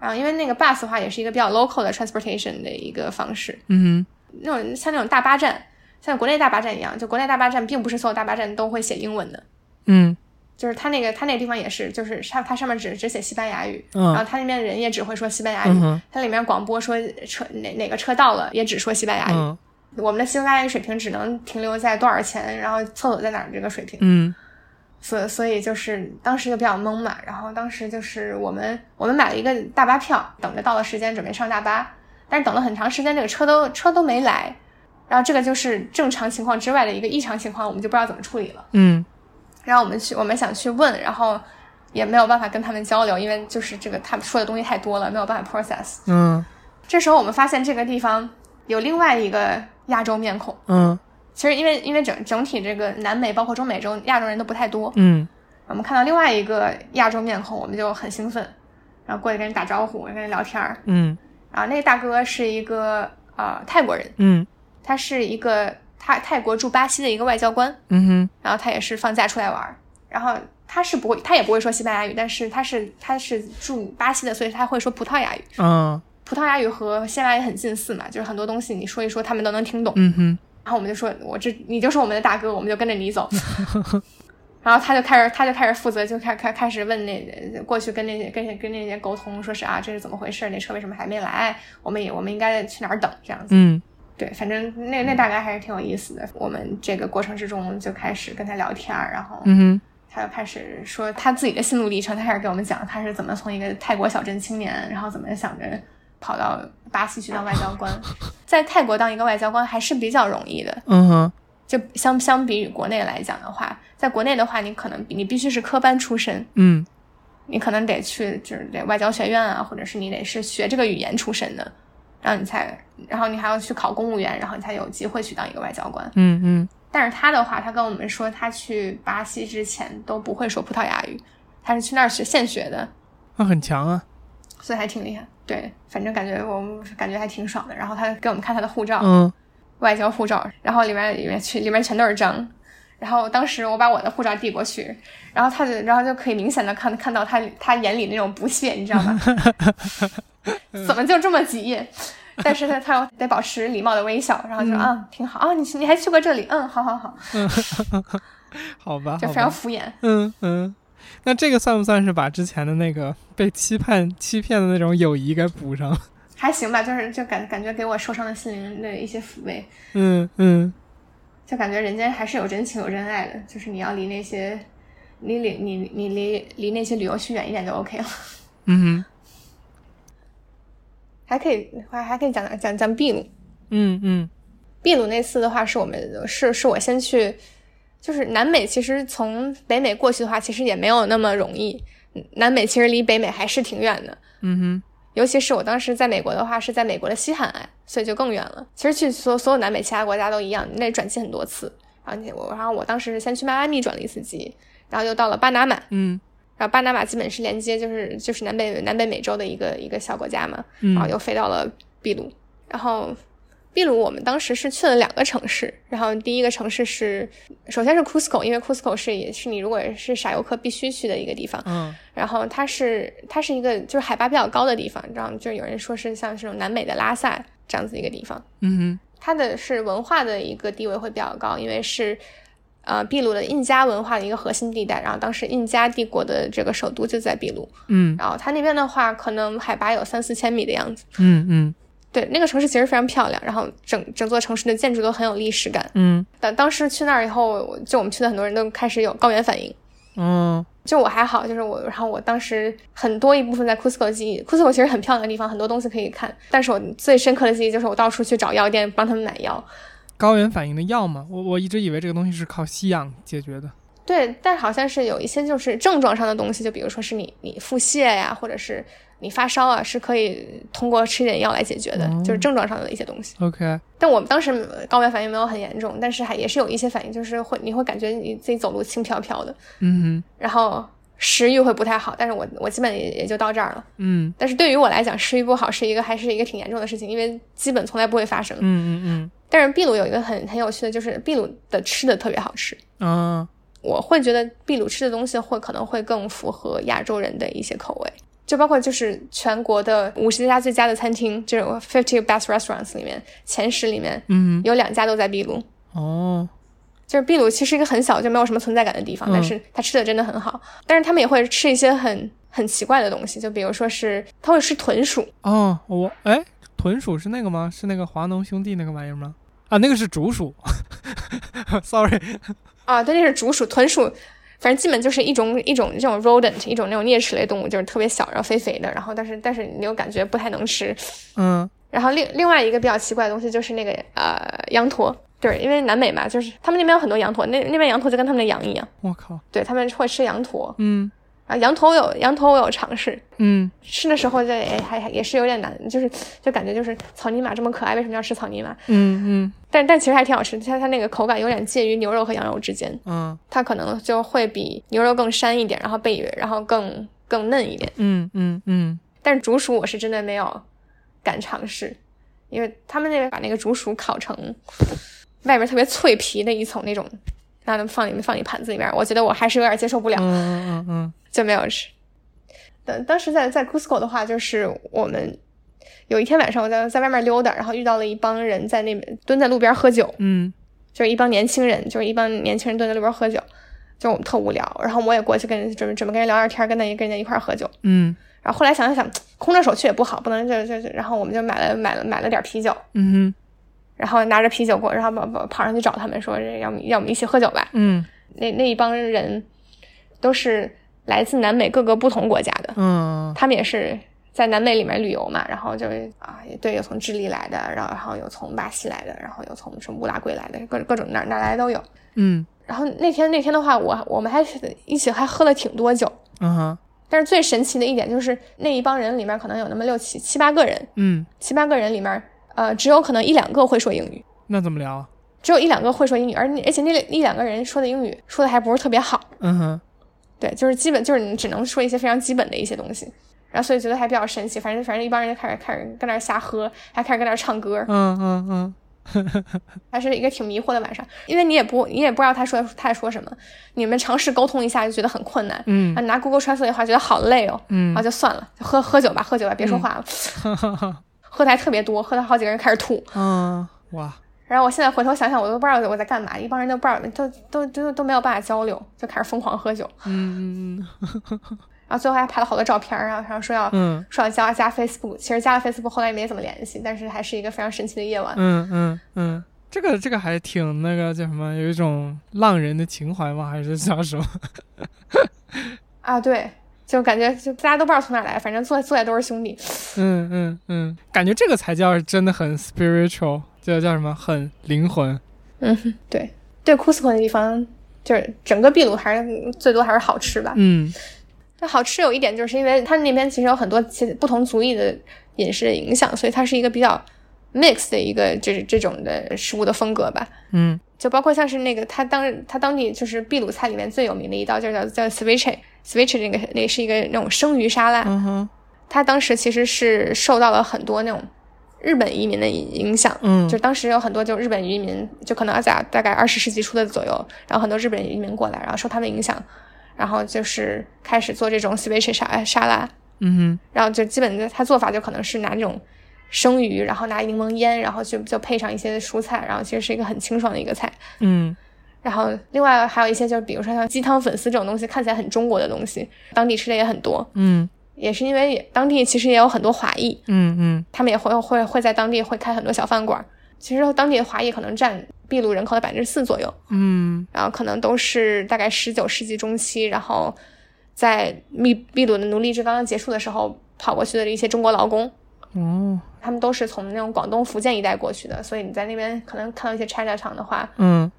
然后因为那个 bus 的话也是一个比较 local 的 transportation 的一个方式，嗯那种像那种大巴站，像国内大巴站一样，就国内大巴站并不是所有大巴站都会写英文的。嗯就是它那个它那个地方也是，就是上它上面只只写西班牙语，嗯然后它那边人也只会说西班牙语，嗯哼它里面广播说车哪哪个车到了，也只说西班牙语。嗯我们的西班牙语水平只能停留在多少钱，然后厕所在哪儿这个水平，嗯所以所以就是当时就比较懵嘛。然后当时就是我们我们买了一个大巴票，等着到了时间准备上大巴，但是等了很长时间，这个车都车都没来。然后这个就是正常情况之外的一个异常情况，我们就不知道怎么处理了。嗯然后我们去，我们想去问，然后也没有办法跟他们交流，因为就是这个他们说的东西太多了，没有办法 process。嗯这时候我们发现这个地方有另外一个亚洲面孔，嗯其实因为因为整整体这个南美包括中美洲亚洲人都不太多，嗯我们看到另外一个亚洲面孔，我们就很兴奋，然后过去跟人打招呼，跟人聊天儿。嗯然后那个大哥是一个呃泰国人，嗯他是一个泰泰国驻巴西的一个外交官，嗯哼然后他也是放假出来玩儿，然后他是不会，他也不会说西班牙语，但是他是他是住巴西的，所以他会说葡萄牙语。啊葡萄牙语和西班牙语很近似嘛，就是很多东西你说一说，他们都能听懂。嗯哼然后我们就说，我这你就是我们的大哥，我们就跟着你走。然后他就开始，他就开始负责，就开开开始问那过去跟那些跟跟那些沟通，说是啊，这是怎么回事？那车为什么还没来？我们也我们应该去哪儿等？这样子。嗯对，反正那那大概还是挺有意思的。我们这个过程之中就开始跟他聊天儿，然后嗯哼他就开始说他自己的心路历程，他开始给我们讲他是怎么从一个泰国小镇青年，然后怎么想着跑到巴西去当外交官。在泰国当一个外交官还是比较容易的，嗯哼就相相比于国内来讲的话，在国内的话，你可能你必须是科班出身，嗯你可能得去就是得外交学院啊，或者是你得是学这个语言出身的，然后你才，然后你还要去考公务员，然后你才有机会去当一个外交官。嗯嗯但是他的话，他跟我们说，他去巴西之前都不会说葡萄牙语，他是去那儿学现学的，那很强啊。所以还挺厉害。对，反正感觉我们感觉还挺爽的。然后他给我们看他的护照，嗯外交护照，然后里面里面去里面全都是章。然后当时我把我的护照递过去，然后他就然后就可以明显的看看到他他眼里那种不屑，你知道 吗？怎么就这么几页？但是他他得保持礼貌的微笑，然后就嗯说啊挺好啊，你去你还去过这里，嗯，好好好， 好吧，就非好常吧，敷衍。嗯嗯，那这个算不算是把之前的那个被期盼欺骗的那种友谊给补上？ 还行吧，就是就感感觉给我受伤的心灵的一些抚慰，嗯嗯就感觉人间还是有真情有真爱的，就是你要离那些，你离你你离离那些旅游区远一点就 OK 了。 嗯哼还可以还还可以讲讲讲秘鲁，嗯嗯秘鲁那次的话是我们是是我先去，就是南美其实从北美过去的话，其实也没有那么容易，南美其实离北美还是挺远的。嗯尤其是我当时在美国的话，是在美国的西海岸，所以就更远了。其实去所所有南美其他国家都一样，你得转机很多次。然后你我，然后我当时是先去迈阿密转了一次机，然后又到了巴拿马，哼嗯然后巴拿马基本是连接，就是就是南北南北美洲的一个一个小国家嘛，嗯然后又飞到了秘鲁，然后秘鲁我们当时是去了两个城市，然后第一个城市是首先是 Cusco，因为 Cusco 是也是你如果是傻游客必须去的一个地方，嗯然后它是它是一个就是海拔比较高的地方，然后就有人说是像这种南美的拉萨这样子一个地方，嗯它的是文化的一个地位会比较高，因为是呃秘鲁的印加文化的一个核心地带，然后当时印加帝国的这个首都就在秘鲁，哼嗯然后它那边的话可能海拔有三四千米的样子，嗯嗯对，那个城市其实非常漂亮，然后整整座城市的建筑都很有历史感，嗯但当时去那儿以后，我就我们去的很多人都开始有高原反应。嗯就我还好，就是我，然后我当时很多一部分在 Cusco 记忆，Cusco 其实很漂亮的地方，很多东西可以看。但是我最深刻的记忆就是我到处去找药店帮他们买药，高原反应的药嘛，我我一直以为这个东西是靠吸氧解决的。对，但好像是有一些就是症状上的东西，就比如说是你你腹泻呀、或者是你发烧啊，是可以通过吃一点药来解决的，哦就是症状上的一些东西。 OK，但我们当时呃高原反应没有很严重，但是还也是有一些反应，就是会你会感觉你自己走路轻飘飘的，嗯哼然后食欲会不太好。但是我我基本也也就到这儿了。嗯但是对于我来讲，食欲不好是一个还是一个挺严重的事情，因为基本从来不会发生。嗯嗯但是秘鲁有一个很很有趣的，就是秘鲁的吃的特别好吃。嗯啊我会觉得秘鲁吃的东西会可能会更符合亚洲人的一些口味，就包括就是全国的五十家最佳的餐厅这种 fifty best restaurants 里面前十里面嗯有两家都在秘鲁。哦就是秘鲁其实一个很小就没有什么存在感的地方嗯，但是它吃的真的很好。但是他们也会吃一些很很奇怪的东西，就比如说是他会吃豚鼠，哦，我哎，豚鼠是那个吗？是那个华农兄弟那个玩意儿吗？啊，那个是竹鼠 ，sorry，啊，对，那是竹鼠、豚鼠，反正基本就是一种一种这种 rodent，一种那种啮齿类动物，就是特别小，然后肥肥的，然后但是但是你又感觉不太能吃。嗯然后另另外一个比较奇怪的东西就是那个呃羊驼，对，因为南美嘛，就是他们那边有很多羊驼，那那边羊驼就跟他们的羊一样，我靠，对他们会吃羊驼。嗯然后羊驼我有羊驼我有尝试，嗯吃的时候就哎还还也是有点难，就是就感觉就是草泥马这么可爱，为什么要吃草泥马？嗯嗯但但其实还挺好吃，它它那个口感有点介于牛肉和羊肉之间。嗯它可能就会比牛肉更膻一点，然后被然后更更嫩一点。嗯嗯嗯但是竹鼠我是真的没有敢尝试，因为他们那边把那个竹鼠烤成外面特别脆皮的一层那种，那能放你们放你盘子里面，我觉得我还是有点接受不了，嗯嗯嗯就没有吃。当当时在在 Cusco 的话，就是我们有一天晚上我在在外面溜达，然后遇到了一帮人在那边蹲在路边喝酒，嗯就是一帮年轻人，就是一帮年轻人蹲在那边喝酒，就我们特无聊。然后我也过去跟人准备准备跟人聊聊天，跟那跟人家一块儿喝酒。嗯然后后来想了想，空着手去也不好，不能就就就，然后我们就买了买了买了点啤酒，嗯然后拿着啤酒过，然后跑跑跑上去找他们说，要不要我们一起喝酒吧？嗯那那一帮人都是来自南美各个不同国家的，嗯他们也是在南美里面旅游嘛，然后就是啊，也对，有从智利来的，然后然后有从巴西来的，然后有从什么乌拉圭来的，各各种哪儿哪儿来的都有。嗯然后那天那天的话，我我们还是一起还喝了挺多酒，嗯但是最神奇的一点就是那一帮人里面可能有那么六七七八个人，嗯，七八个人里面，呃，只有可能一两个会说英语，那怎么聊啊？只有一两个会说英语，而那而且那一两个人说的英语说的还不是特别好，嗯哼，对，就是基本就是你只能说一些非常基本的一些东西，然后所以觉得还比较神奇，反正反正一帮人就开始开始跟那儿瞎喝，还开始跟那儿唱歌，嗯嗯嗯还是一个挺迷惑的晚上，因为你也不你也不知道他说他在说什么，你们尝试沟通一下就觉得很困难，嗯啊，拿 Google Translate 的话觉得好累哦，嗯然后就算了，就喝喝酒吧，喝酒吧，别说话了，喝的还特别多，喝到好几个人开始吐。 嗯，哇，然后我现在回头想想，我都不知道我在干嘛，一帮人都不知道，都都都都没有办法交流，就开始疯狂喝酒，嗯嗯然后最后还拍了好多照片儿啊，然后说要、嗯说要加加 Facebook，其实加了 Facebook 后来也没怎么联系，但是还是一个非常神奇的夜晚。嗯嗯嗯，这个这个还挺那个叫什么，有一种浪人的情怀吗？还是叫什么？ 啊，对，就感觉就大家都不知道从哪儿来，反正坐坐在都是兄弟。嗯嗯嗯，感觉这个才叫真的很 spiritual，这叫什么？很灵魂。嗯，哼，对对，Cusco 那地方就是整个秘鲁还是最多还是好吃吧。嗯那好吃有一点，就是因为它那边其实有很多其不同族裔的饮食的影响，所以它是一个比较 mix 的一个这这种的食物的风格吧。嗯就包括像是那个它当它当地就是秘鲁菜里面最有名的一道，就叫叫 ceviche， Switch 这个那是一个那种生鱼沙拉，嗯哼，它当时其实是受到了很多那种日本移民的影影响，嗯就当时有很多就日本移民，就可能在大概二十世纪初的左右，然后很多日本移民过来，然后受他们影响，然后就是开始做这种 ceviche 沙沙拉，嗯然后就基本的他做法就可能是拿这种生鱼，然后拿柠檬腌，然后就就配上一些蔬菜，然后其实是一个很清爽的一个菜。哼，嗯然后另外还有一些就是比如说像鸡汤粉丝这种东西，看起来很中国的东西，当地吃的也很多，嗯也是因为也当地其实也有很多华裔，嗯嗯他们也会会会在当地会开很多小饭馆儿。其实当地的华裔可能占秘鲁人口的百分之四左右，嗯然后可能都是大概十九世纪中期，然后在秘秘鲁的奴隶制刚刚结束的时候跑过去的一些中国劳工，哦他们都是从那种广东、福建一带过去的，所以你在那边可能看到一些 China 厂的话，嗯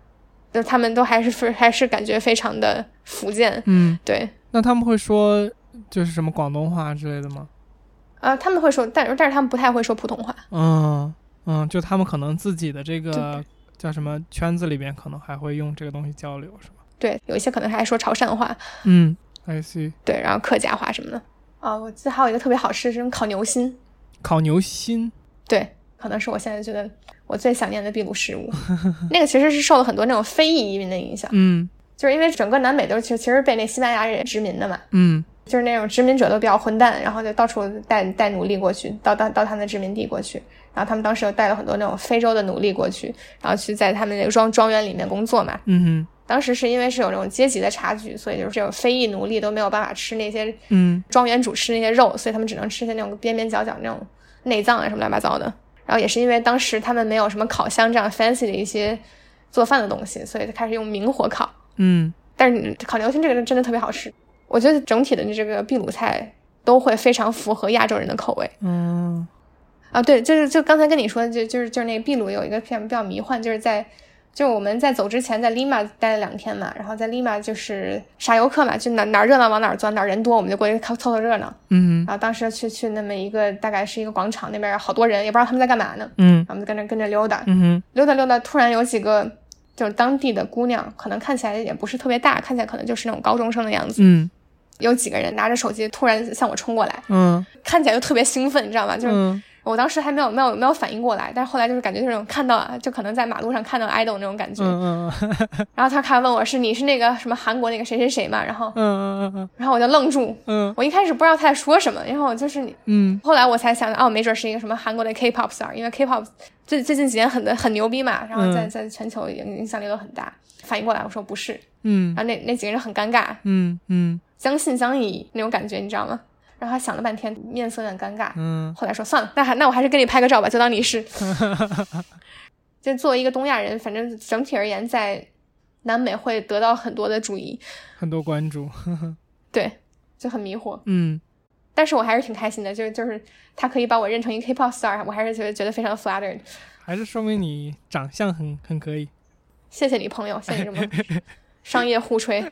就他们都还是非还是感觉非常的福建，嗯，对，那他们会说就是什么广东话之类的吗？呃，他们会说，但但是他们不太会说普通话，嗯嗯，就他们可能自己的这对个叫什么圈子里边，可能还会用这个东西交流，是吧？对，有一些可能还说潮汕话，嗯，I see。对，然后客家话什么的。啊，我记得还有一个特别好吃的是什么烤牛心，烤牛心，对，可能是我现在觉得我最想念的秘鲁食 物。那个其实是受了很多那种非裔移民的影响，嗯就是因为整个南美都是其实其实被那西班牙人殖民的嘛，嗯就是那种殖民者都比较混蛋，然后就到处带带奴隶过去，到到到他们的殖民地过去。然后他们当时又带了很多那种非洲的奴隶过去，然后去在他们那个庄庄园里面工作嘛。嗯哼当时是因为是有这种阶级的差距，所以就是这种非裔奴隶都没有办法吃那些嗯庄园主吃那些肉，所以他们只能吃些那种边边角角那种内脏啊什么乱七八糟的。然后也是因为当时他们没有什么烤箱这样 fancy 的一些做饭的东西，所以就开始用明火烤。嗯但是你烤牛心这个真的特别好吃，我觉得整体的这个秘鲁菜都会非常符合亚洲人的口味嗯啊。对，就是就刚才跟你说，就就是就是那个秘鲁有一个片比较迷幻，就是在就是我们在走之前在 Lima 待了两天嘛，然后在 Lima 就是傻游客嘛，就哪哪儿热闹往哪儿钻，哪儿人多我们就过去看凑凑热闹。嗯然后当时去去那么一个大概是一个广场，那边有好多人，也不知道他们在干嘛呢，嗯然后我们就跟着跟着溜达，嗯哼溜达溜达，突然有几个就是当地的姑娘，可能看起来也不是特别大，看起来可能就是那种高中生的样子，嗯有几个人拿着手机突然向我冲过来，嗯看起来就特别兴奋，你知道吗？就是、嗯我当时还没有没有没有反应过来，但是后来就是感觉就是那种看到啊，就可能在马路上看到 idol 那种感觉。嗯然后他开始问我是你是那个什么韩国那个谁谁谁嘛，然后嗯然后我就愣住，嗯我一开始不知道他在说什么，然后我就是你嗯后来我才想到，哦，没准是一个什么韩国的 K-pop star，因为 K-pop 最最近几年很的很牛逼嘛，然后在嗯在全球影影响力都很大。反应过来，我说不是，嗯然后那那几个人很尴尬，嗯嗯将信将疑那种感觉，你知道吗？然后他想了半天，面色有点尴尬，嗯后来说算了，那还那我还是给你拍个照吧，就当你是。 就作为一个东亚人，反正整体而言，在南美会得到很多的注意，很多关注，对，就很迷惑。嗯但是我还是挺开心的，就是就是他可以把我认成一个 K-pop star，我还是觉得觉得非常 flattered。还是说明你长相很很可以，谢谢你朋友，谢谢你这么商业互吹。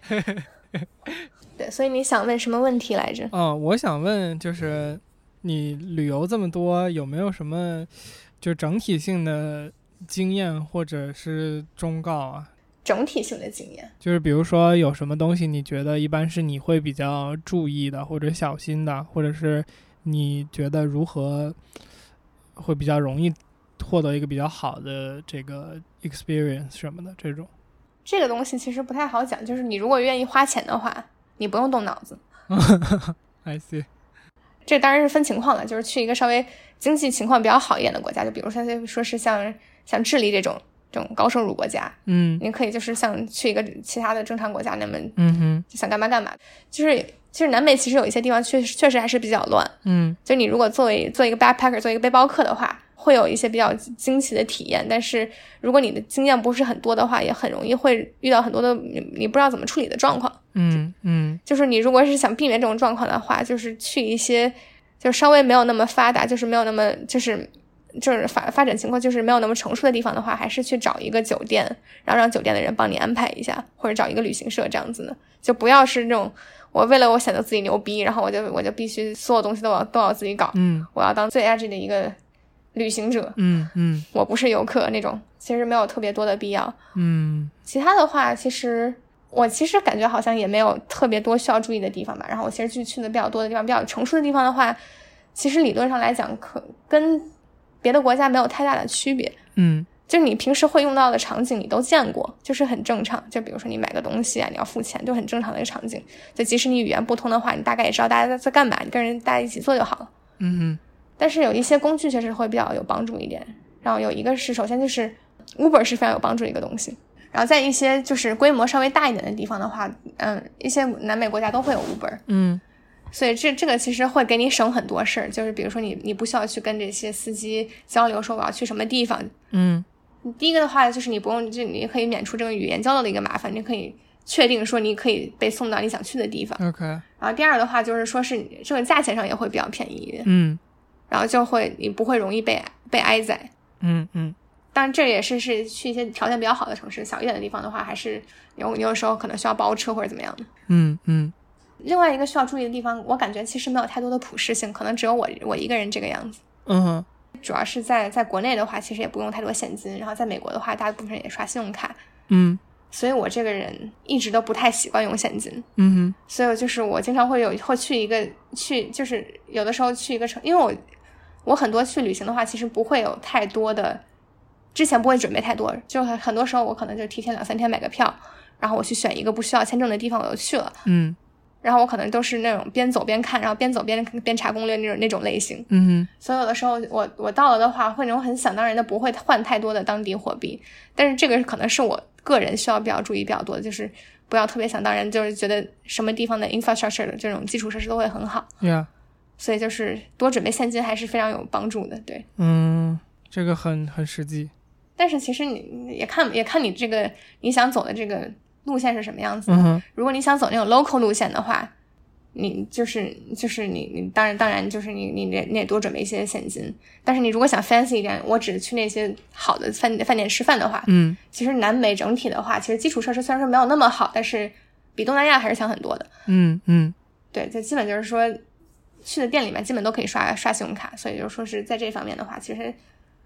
对，所以你想问什么问题来着？嗯，我想问，就是你旅游这么多，有没有什么就整体性的经验或者是忠告啊？整体性的经验。就是比如说有什么东西你觉得一般是你会比较注意的，或者小心的，或者是你觉得如何会比较容易获得一个比较好的这个 experience 什么的这种？这个东西其实不太好讲，就是你如果愿意花钱的话，你不用动脑子。 I see，这当然是分情况了，就是去一个稍微经济情况比较好一点的国家，就比如说说是像像智利这种这种高收入国家，嗯你可以就是像去一个其他的正常国家那么嗯哼就想干嘛干嘛。就是其实南美其实有一些地方确实确实还是比较乱，嗯就你如果作为做一个 backpacker，做一个背包客的话，会有一些比较惊奇的体验。但是如果你的经验不是很多的话，也很容易会遇到很多的你你不知道怎么处理的状况。嗯嗯就是你如果是想避免这种状况的话，就是去一些就稍微没有那么发达，就是没有那么就是。就是发发展情况就是没有那么成熟的地方的话，还是去找一个酒店，然后让酒店的人帮你安排一下，或者找一个旅行社这样子的，就不要是那种我为了我显得自己牛逼，然后我就我就必须所有东西都要都要自己搞，嗯我要当最 edgy 的一个旅行者，嗯嗯我不是游客那种，其实没有特别多的必要。嗯其他的话，其实我其实感觉好像也没有特别多需要注意的地方吧。然后我其实去去的比较多的地方，比较成熟的地方的话，其实理论上来讲，可跟别的国家没有太大的区别。嗯就是你平时会用到的场景，你都见过，就是很正常。就比如说你买个东西啊，你要付钱，就很正常的一个场景。就即使你语言不通的话，你大概也知道大家在在干嘛，你跟人大家一起做就好了。嗯但是有一些工具确实会比较有帮助一点。然后有一个是，首先就是 Uber 是非常有帮助的一个东西。然后在一些就是规模稍微大一点的地方的话，嗯，一些南美国家都会有 Uber，嗯所以这这个其实会给你省很多事儿。就是比如说你你不需要去跟这些司机交流说我要去什么地方，嗯第一个的话就是你不用，就你可以免除这个语言交流的一个麻烦，你可以确定说你可以被送到你想去的地方。嗯，OK，然后第二的话就是说是你这个价钱上也会比较便宜一点，嗯然后就会你不会容易被被挨宰。嗯嗯当然这也是是去一些条件比较好的城市，小一点的地方的话，还是有你有时候可能需要包车或者怎么样的。嗯嗯另外一个需要注意的地方，我感觉其实没有太多的普适性，可能只有我我一个人这个样子。嗯哼主要是在在国内的话，其实也不用太多现金，然后在美国的话，大部分人也刷信用卡，嗯所以我这个人一直都不太习惯用现金，嗯所以我就是我经常会有会去一个去，就是有的时候去一个城，因为我我很多去旅行的话，其实不会有太多的，之前不会准备太多，就很很多时候我可能就提前两三天买个票，然后我去选一个不需要签证的地方我就去了，嗯然后我可能都是那种边走边看，然后边走边边查攻略那种那种类型，嗯所以有的时候我我到了的话，会那种很想当然的不会换太多的当地货币，但是这个可能是我个人需要比较注意比较多的，就是不要特别想当然，就是觉得什么地方的 infrastructure 的这种基础设施都会很好， ，Yeah，所以就是多准备现金还是非常有帮助的，对。嗯，这个很很实际。但是其实你你也看也看你这个你想走的这个路线是什么样子的，嗯哼，如果你想走那种 local 路线的话，你就是就是你你当然当然就是你你你你也多准备一些现金。但是你如果想 fancy 一点，我只去那些好的饭饭店吃饭的话，嗯其实南美整体的话，其实基础设施虽然说没有那么好，但是比东南亚还是强很多的。嗯嗯对，就基本就是说去的店里面基本都可以刷刷信用卡，所以就说是在这方面的话，其实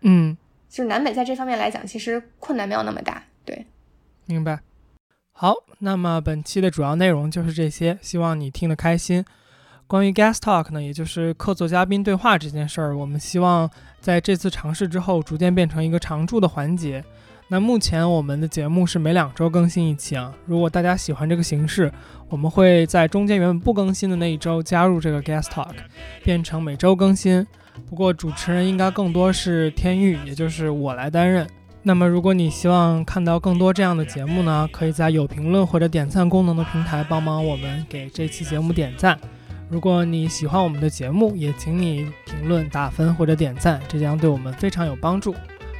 嗯，就是南美在这方面来讲，其实困难没有那么大。对，明白。好，那么本期的主要内容就是这些，希望你听得开心。关于 guest talk 呢，也就是客座嘉宾对话这件事儿，我们希望在这次尝试之后，逐渐变成一个常驻的环节。那目前我们的节目是每两周更新一期啊，如果大家喜欢这个形式，我们会在中间原本不更新的那一周加入这个 guest talk，变成每周更新。不过主持人应该更多是天域，也就是我来担任。那么，如果你希望看到更多这样的节目呢，可以在有评论或者点赞功能的平台帮忙我们给这期节目点赞。如果你喜欢我们的节目，也请你评论、打分或者点赞，这将对我们非常有帮助。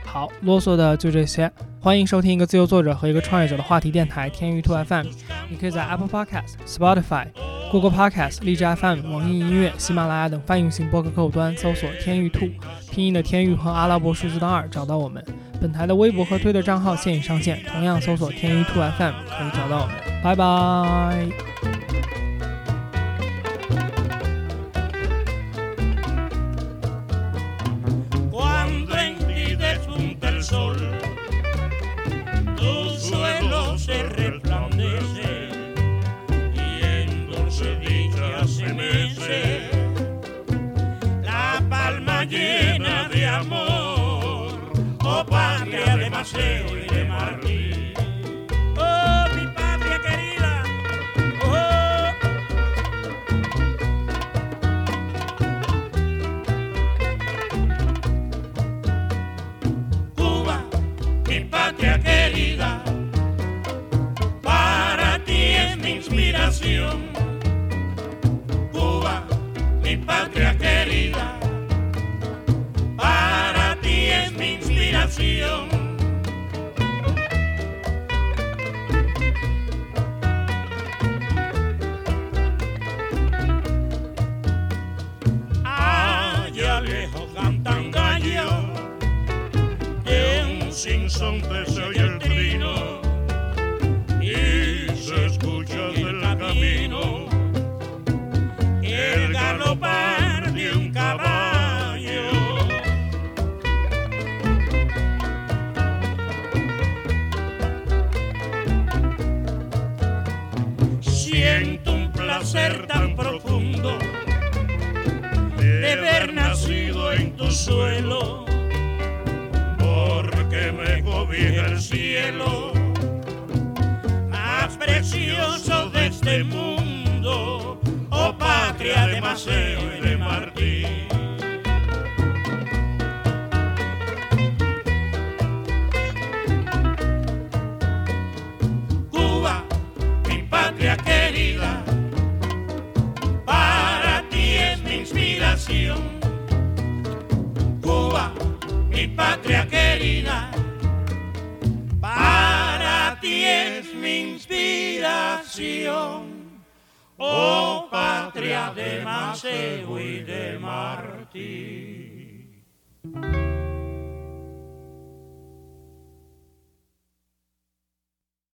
好，啰嗦的就这些。欢迎收听一个自由作者和一个创业者的话题电台天娱 Two FM。你可以在 Apple Podcast、Spotify、Google Podcast、荔枝 FM、网易音乐、喜马拉雅等泛用型播客客户端搜索“天娱兔”，拼音的天娱和阿拉伯数字的二找到我们。本台的微博和推特账号现已上线，同样搜索“天娱兔 FM” 可以找到我们。拜拜。 cuando envides junta el sol, tu suelo se resplandece y en dulce dicha se mece la palma llena de amor, oh patria de Maceo y de Martí. Oh, mi patria querida, oh. Cuba, mi patria querida, para ti es mi inspiración. Cuba, mi patria querida, para ti es mi inspiración. Allá lejos cantan gallos de un sinsonte se oye el trino y se escucha del camino el galopar de un caballo. ser tan profundo de haber nacido en tu suelo, porque me gobierna el cielo, más precioso de este mundo, oh patria de Maceo y de Martín. Cuba, mi patria querida, para ti es mi inspiración. Cuba, mi patria querida, para ti es mi inspiración. Oh patria de Maceo y de Martí.